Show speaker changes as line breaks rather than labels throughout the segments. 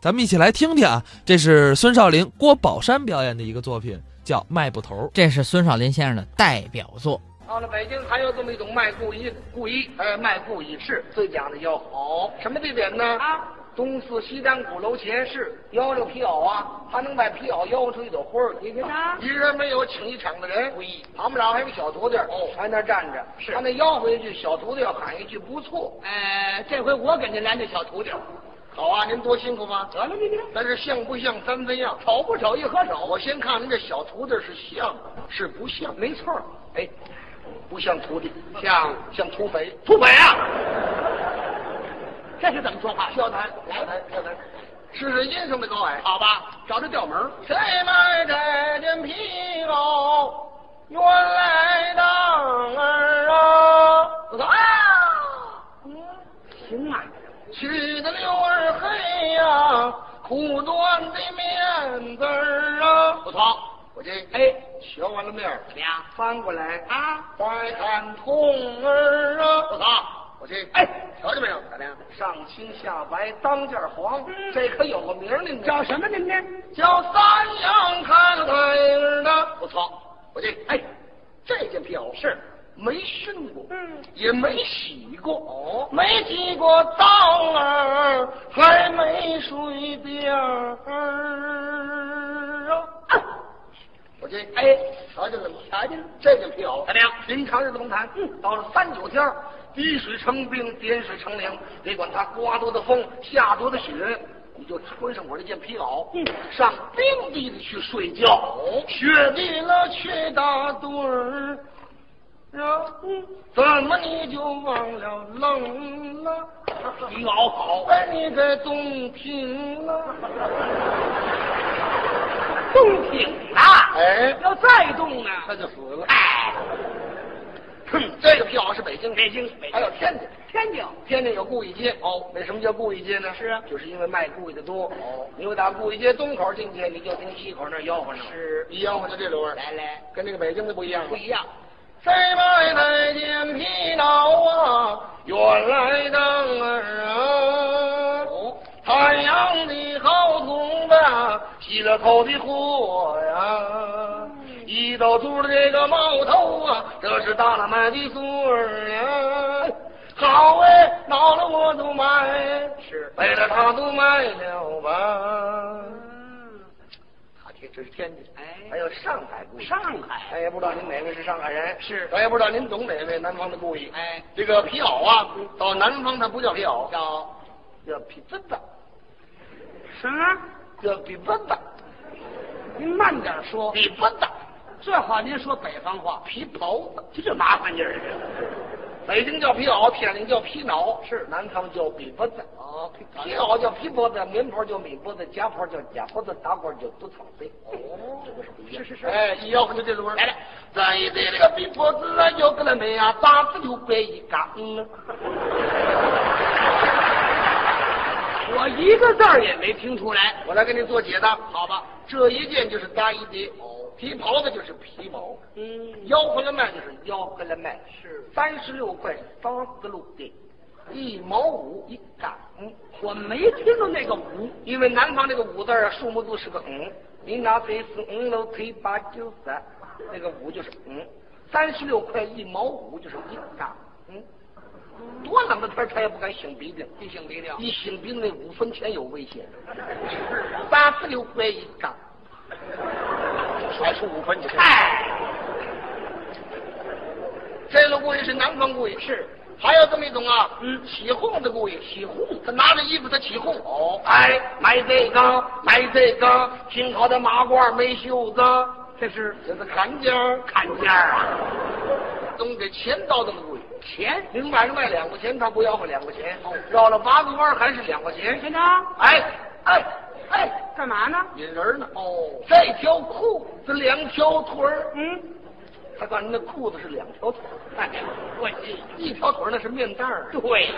咱们一起来听听啊，这是孙少林、郭宝山表演的一个作品，叫《卖布头》。
这是孙少林先生的代表作。
到了北京，还有这么一种卖布衣，布衣，呃，卖布衣市最讲的究。哦，什么地点呢？啊，东四西单鼓楼前市，吆这个皮袄啊，他能把皮袄吆出一朵花儿。你看
啊
他一人没有，请一场的人。布衣，旁边还有个小徒弟，哦，还在那儿站着。是，他那吆喝一句，小徒弟要喊一句不错。
呃，这回我给您来这小徒弟，
好啊，您多辛苦吗？
得了您您，
但是像不像三分样？
丑不丑一合手，
我先看您这小徒弟是像是不像？没错儿，哎，不像徒弟，
像
像土匪。
土匪 啊！这是怎么说话？
笑谈，来来笑谈，试试音上的高矮。
好吧，
找这调门儿
谁买这件皮袄？原来当儿啊！啊！
行啊，
娶的六儿黑呀、苦端的面子儿啊！不错，
我这
哎，
学完了面儿
怎么样？
翻过来，
啊，
怀
感
看
痛儿啊！不错，
我这
哎
瞧见没有？咋的？上青下白，当件黄，
嗯
这可有个名儿呢。你知道
叫什么您呢？
叫三阳看台儿的，
不错，
我这哎，这件表是没熏过，
嗯，
也没洗过，哦，
没洗过澡儿，还没睡边儿啊！
我这哎，
哎，
瞧见了吗？瞧见了，这件表
怎么样
平常日子甭谈，嗯，到了三九天儿，滴水成冰，点水成凉，别管它刮多的风，下多的雪。你就穿上我这件皮袄，嗯，上冰地里去睡觉，哦、
雪地了去打盹儿啊！
嗯
怎么你就忘了冷了？
皮袄好。
哎，你给冻停了，
冻挺了，
哎
要再冻呢，
他就死了。
哎，哼，这个票是北京，北京，
北京
还有天津，
天津
天津有顾义街。哦，为什么叫顾义街呢？
是啊
就是因为卖顾义的多。哦，你又打顾义街东口进去，你就听西口那儿吆喝呢。
是
一吆喝就这流味儿
来来，
跟那个北京的不一样吗。
不一样。谁买那件皮袄啊？原来当儿啊！太阳的好种子，洗了头的火呀、一道珠的这个毛头啊，这是大了买的穗儿呀。好哎，恼了我就买，
是
为了他就卖了吧。
好听，这是天津。
哎
还有上海故意。
上海
咱也哎不知道您哪位是上海人，哎
是
咱也不知道您懂哪位南方的故意。
哎
这个皮袄啊，到南方它不叫皮袄，
叫
叫皮子子，
什么？
叫皮子子，
您慢点说
皮子子，
这话您说北方话，
皮袍子。
这就麻烦劲儿了。
北京叫皮袄，天津叫皮袄，是南康叫米脖子。哦，皮袄叫皮脖子，棉袍叫米脖子，夹袍叫夹脖子，打褂叫独草堆。哦，这不是不一样？是是是。哎，一吆喝就这路来了。这一对那个皮脖子啊，有个了没啊？打子就背一嘎。嗯，
我一个字儿也没听出来。
我来给你做解答，好吧？这一件就是搭一叠，哦，皮袍子就是皮毛，
嗯，
吆喝了卖就是吆喝了卖，是三十六块三十六的，一毛五一嘎。嗯。
我没听到那个五。
因为南方这个五字啊，数目字是个嗯，你拿这是嗯楼推八九三，那个五就是嗯，三十六块一毛五就是一大嗯，多冷的天儿他也不敢擤鼻涕，啊
提醒没了
一擤鼻涕那五分钱有危险，三十六块一大，甩出五分钱，
哎，
这个故意是南方故意，是还有这么一种啊，
嗯
起哄的故意，起哄，他拿着衣服他起哄，哦，哎，买这个，买这个，挺好的马褂没袖子，
这是
这是砍价儿，
看家啊，
总给钱到这么贵。
钱。
您买上卖两块钱，他不要回两块钱，绕了八个弯儿还是两块钱。
先生，
哎哎哎，
干嘛呢？
引人呢？哦，这条裤子两条腿儿，
嗯，
他告诉您那裤子是两条腿儿，
哎，我去，
一条腿儿那是面袋儿。
对，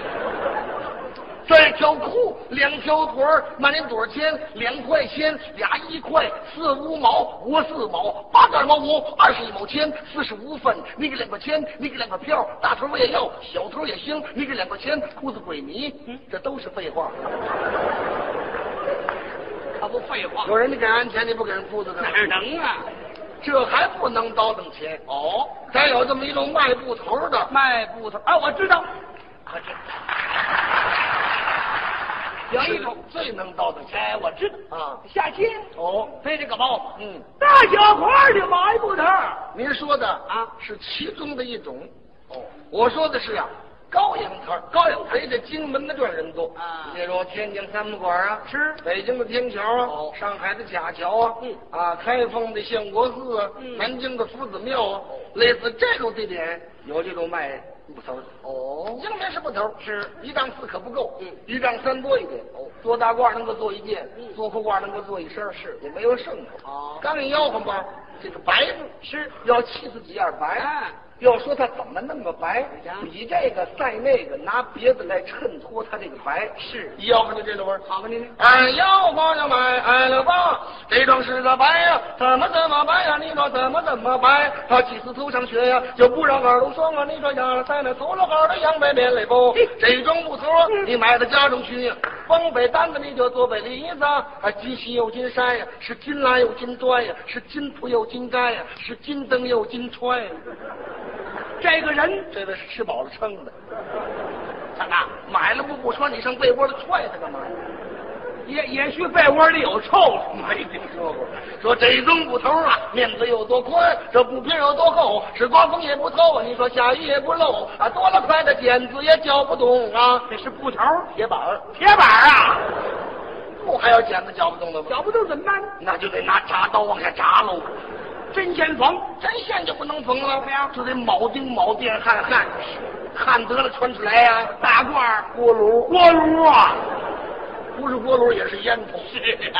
这条裤，两条腿儿，那您多少钱？两块钱，俩一块，四五毛，五四毛，八点毛五，二十一毛钱，四十五分。你给两块钱，你给两个票，大头我也要，小头也
嗯
行，你给两块钱，裤子归你。这都是废话。
不废话，
有人家给俺钱，你不给人裤子干
哪
嘛？
儿能啊？
这还不能倒腾钱
哦，
咱有这么一种卖布头的，啊
卖布头啊，我知道，
可这
有一种，
最能倒腾钱
哎，我知道
啊！
下街
哦，
背着个包，
嗯，
大小块的买布头，
您说的
啊
是其中的一种。
哦，
我说的是啊，高阳摊儿高阳陪着荆门的赚人多
啊
例如天津三不管啊，
是
北京的天桥啊，
哦
上海的甲桥啊，
嗯
啊，开封的相国寺啊，
嗯哦
南京的夫子庙啊，类似这种地点有这种卖木头的。
哦
英明是木头，是一丈四可不够，
嗯
一丈三多一点。哦，做大褂能够做一件，
嗯
做裤褂能够做一身，是也没有剩的。
哦
刚一吆喝吧，这个白布是要气自己二白。
哎
要说它怎么那么白
你瞧，
比这个赛那个，拿别的来衬托它这个白。
是
要不就这个味儿。
好吧您，
俺要包就买，俺了包，这双是个白呀、怎么怎么白呀、你说怎么怎么白？他几次头上学呀、就不让耳朵霜啊！你说呀，在那头了好的洋白棉里包，这种布头
嗯
你买到家中去，东北单子你就做北梨子，啊，金喜又金山呀、是金拉又金砖呀、是金铺又金盖呀、是金灯又金穿呀、
这个人
这位是吃饱了撑的，
怎么
买了布不穿，你上被窝里踹它干嘛呀？
也也许被窝里有臭虫
没听说过。说这宗捕头啊，面子有多宽，这布皮有多厚，是刮风也不透啊，你说下雨也不漏啊，多了块的剪子也搅不动啊。
这是布头，
铁板儿
铁板啊，
不还有剪子搅不动的吗？
咬不动怎么办？
那就得拿铡刀往下铡喽。
针线缝，
针线就不能缝了，就得铆钉、铆电、焊焊，焊得了穿出来呀、
大褂儿，
锅炉
锅炉啊，
不是锅炉也是烟囱。
是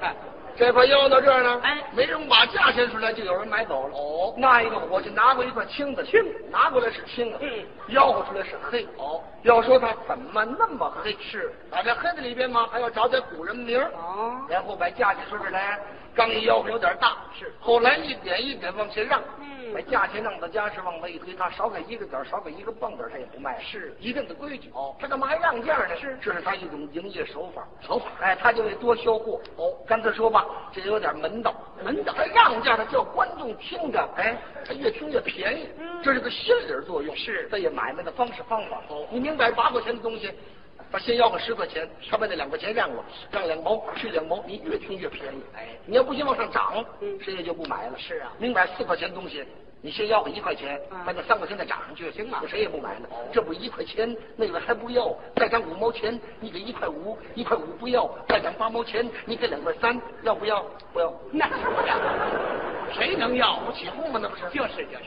啊，
这块腰到这儿呢，
哎
没人把价钱出来，就有人买走了。哦，那一个伙计拿过一块青的，青拿过来是青的，
嗯，
吆喝出来是黑。哦，要说它怎么那么黑？是，把这黑的里边嘛，还要找点古人名儿
哦
然后把价钱说出来，刚一吆喝有点大，是，后来一点一点往前让，
嗯
把价钱让到家是往那一推，他少给一个点儿，少给一个蹦点儿，他也不卖了，是一定的规矩。哦，他干嘛还让价呢？是，这是他一种营业手法，手法。哎，他就为多销货。哦，干脆说吧，这有点门道，门道。他让价，他叫观众听着，哎，他越听越便宜，
嗯
这是个心理作用。是，这也买卖的方式方法。哦，你明白八块钱的东西。他先要个十块钱，他把那两块钱让我，让两毛是两毛，你越听越便宜。哎，你要不行往上涨，
嗯
谁也就不买了。
是啊
明白四块钱东西，你先要个一块钱，
啊
把那三块钱再涨上去，
行啊
谁也不买了。这不一块钱，那个还不要，再涨五毛钱，你给一块五，一块五不要，再涨八毛钱，你给两块三，要不要？不要，
那是不了，谁能要？
不起哄吗？那不是
就是就是，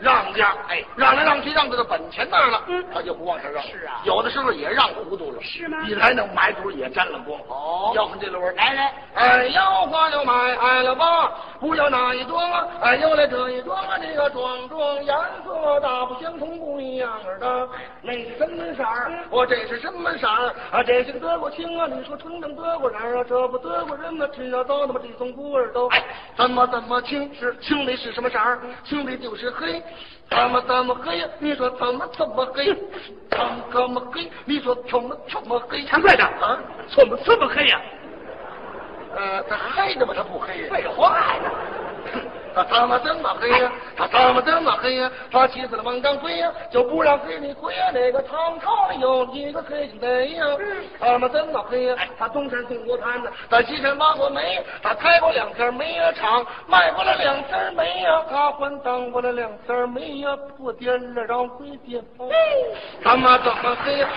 让价，哎，让来让去让到他本钱那儿了，
嗯
他就不往上让。
是啊
有的时候也让糊涂了，
是吗
一来那买主也沾了光。
哦
要不这轮
来来
俺要花就买，俺了吧，不要那一桩啊，俺要来这一桩啊，这个装装颜色大不相同，不一样儿的。那是什么色儿？我这是什么色儿？啊，这是个德国青啊，你说纯正德国人啊，这不德国人吗？吃了刀他妈地从孤儿都。哎，怎么怎么青是青的是什么色儿？青的就是黑，怎么怎么黑呀？你说怎么怎么黑？怎么怎么黑？你说怎么怎么黑？
常队长
啊，
怎么这么黑呀、
呃，他黑的吧，他不黑呀。
废话呀，
他他妈这么黑呀、他他妈这么黑呀、他气死了往上飞呀、就不让黑你回呀、那个唐朝里有一个黑警贼呀、他妈这么黑呀、哎他东山种过摊子，他西山挖过煤，他开过两家煤呀厂，卖过了两丝煤呀、他还当过了两丝煤呀、破颠了让回颠包。他妈怎么黑呀、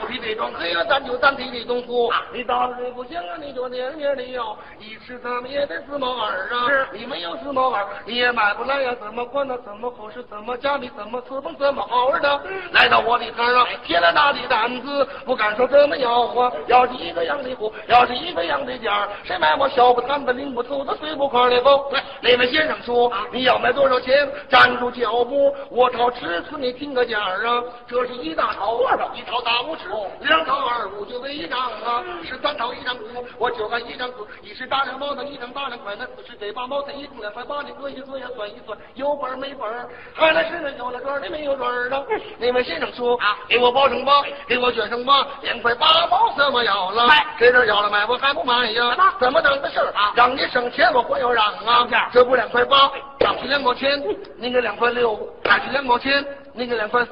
不提这桩黑呀、咱就单提这东夫。你到这不行啊，你就年年的要，一吃咱们也得四毛二啊。
是
你没有四毛二，你也买不来呀、怎么管呢？怎么合适？怎么家里怎么伺风？怎么好玩的？来到我的摊儿啊，铁了大的胆子，不敢说这么要啊。要是一个样的货，要是一个样的价儿，谁买我小不摊子，拎不走的，随不块的包。来，那位先生说，你要卖多少钱？站住脚步，我朝尺寸你听个价儿啊。这是一大套，多少？一套大五尺，两套二五就为一丈啊，是三套一丈五，我九个一丈五，你是大两毛的，一丈八两块，那四十给八毛的，一共两块八的，哥一一算呀算一算，有本儿没本儿，看来是有了准儿的没有准儿的。那位先生说
啊
给我包成包，给我卷成包，两块八毛怎么要了？
卖
这阵儿要了买我还不买呀？怎么等的事儿
啊
让你省钱我还要让啊
这样，
这不两块八，涨去两毛钱，那个两块六，涨去两毛钱，那个两块四，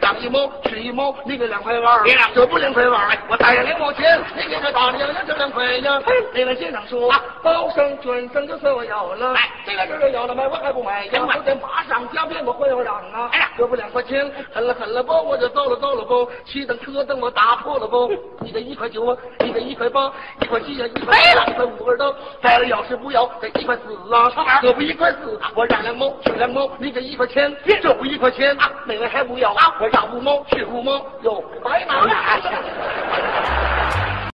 涨一毛是一毛，那个两块二，
别嚷
这不两块二，哎我打上两毛钱，那个这打两这两块呀。那个先生说啊，包上卷上就算我要了，
哎
这个这个要了买我还不啊买呀
行吧？
我得马上加鞭我还要让啊，
哎呀
这不两块钱，狠了狠了包我就糟了糟了包，骑等车等我打破了包，你的一块九啊，你的一块八，一块七呀，一块
没
八
了
一块五二刀，再了要是不要，得一块四啊，这不一块四，啊我让两毛是两毛，你给一块钱，这不一块钱，啊
哎
啊，每位还不要啊，我让五毛是五毛，又白忙了。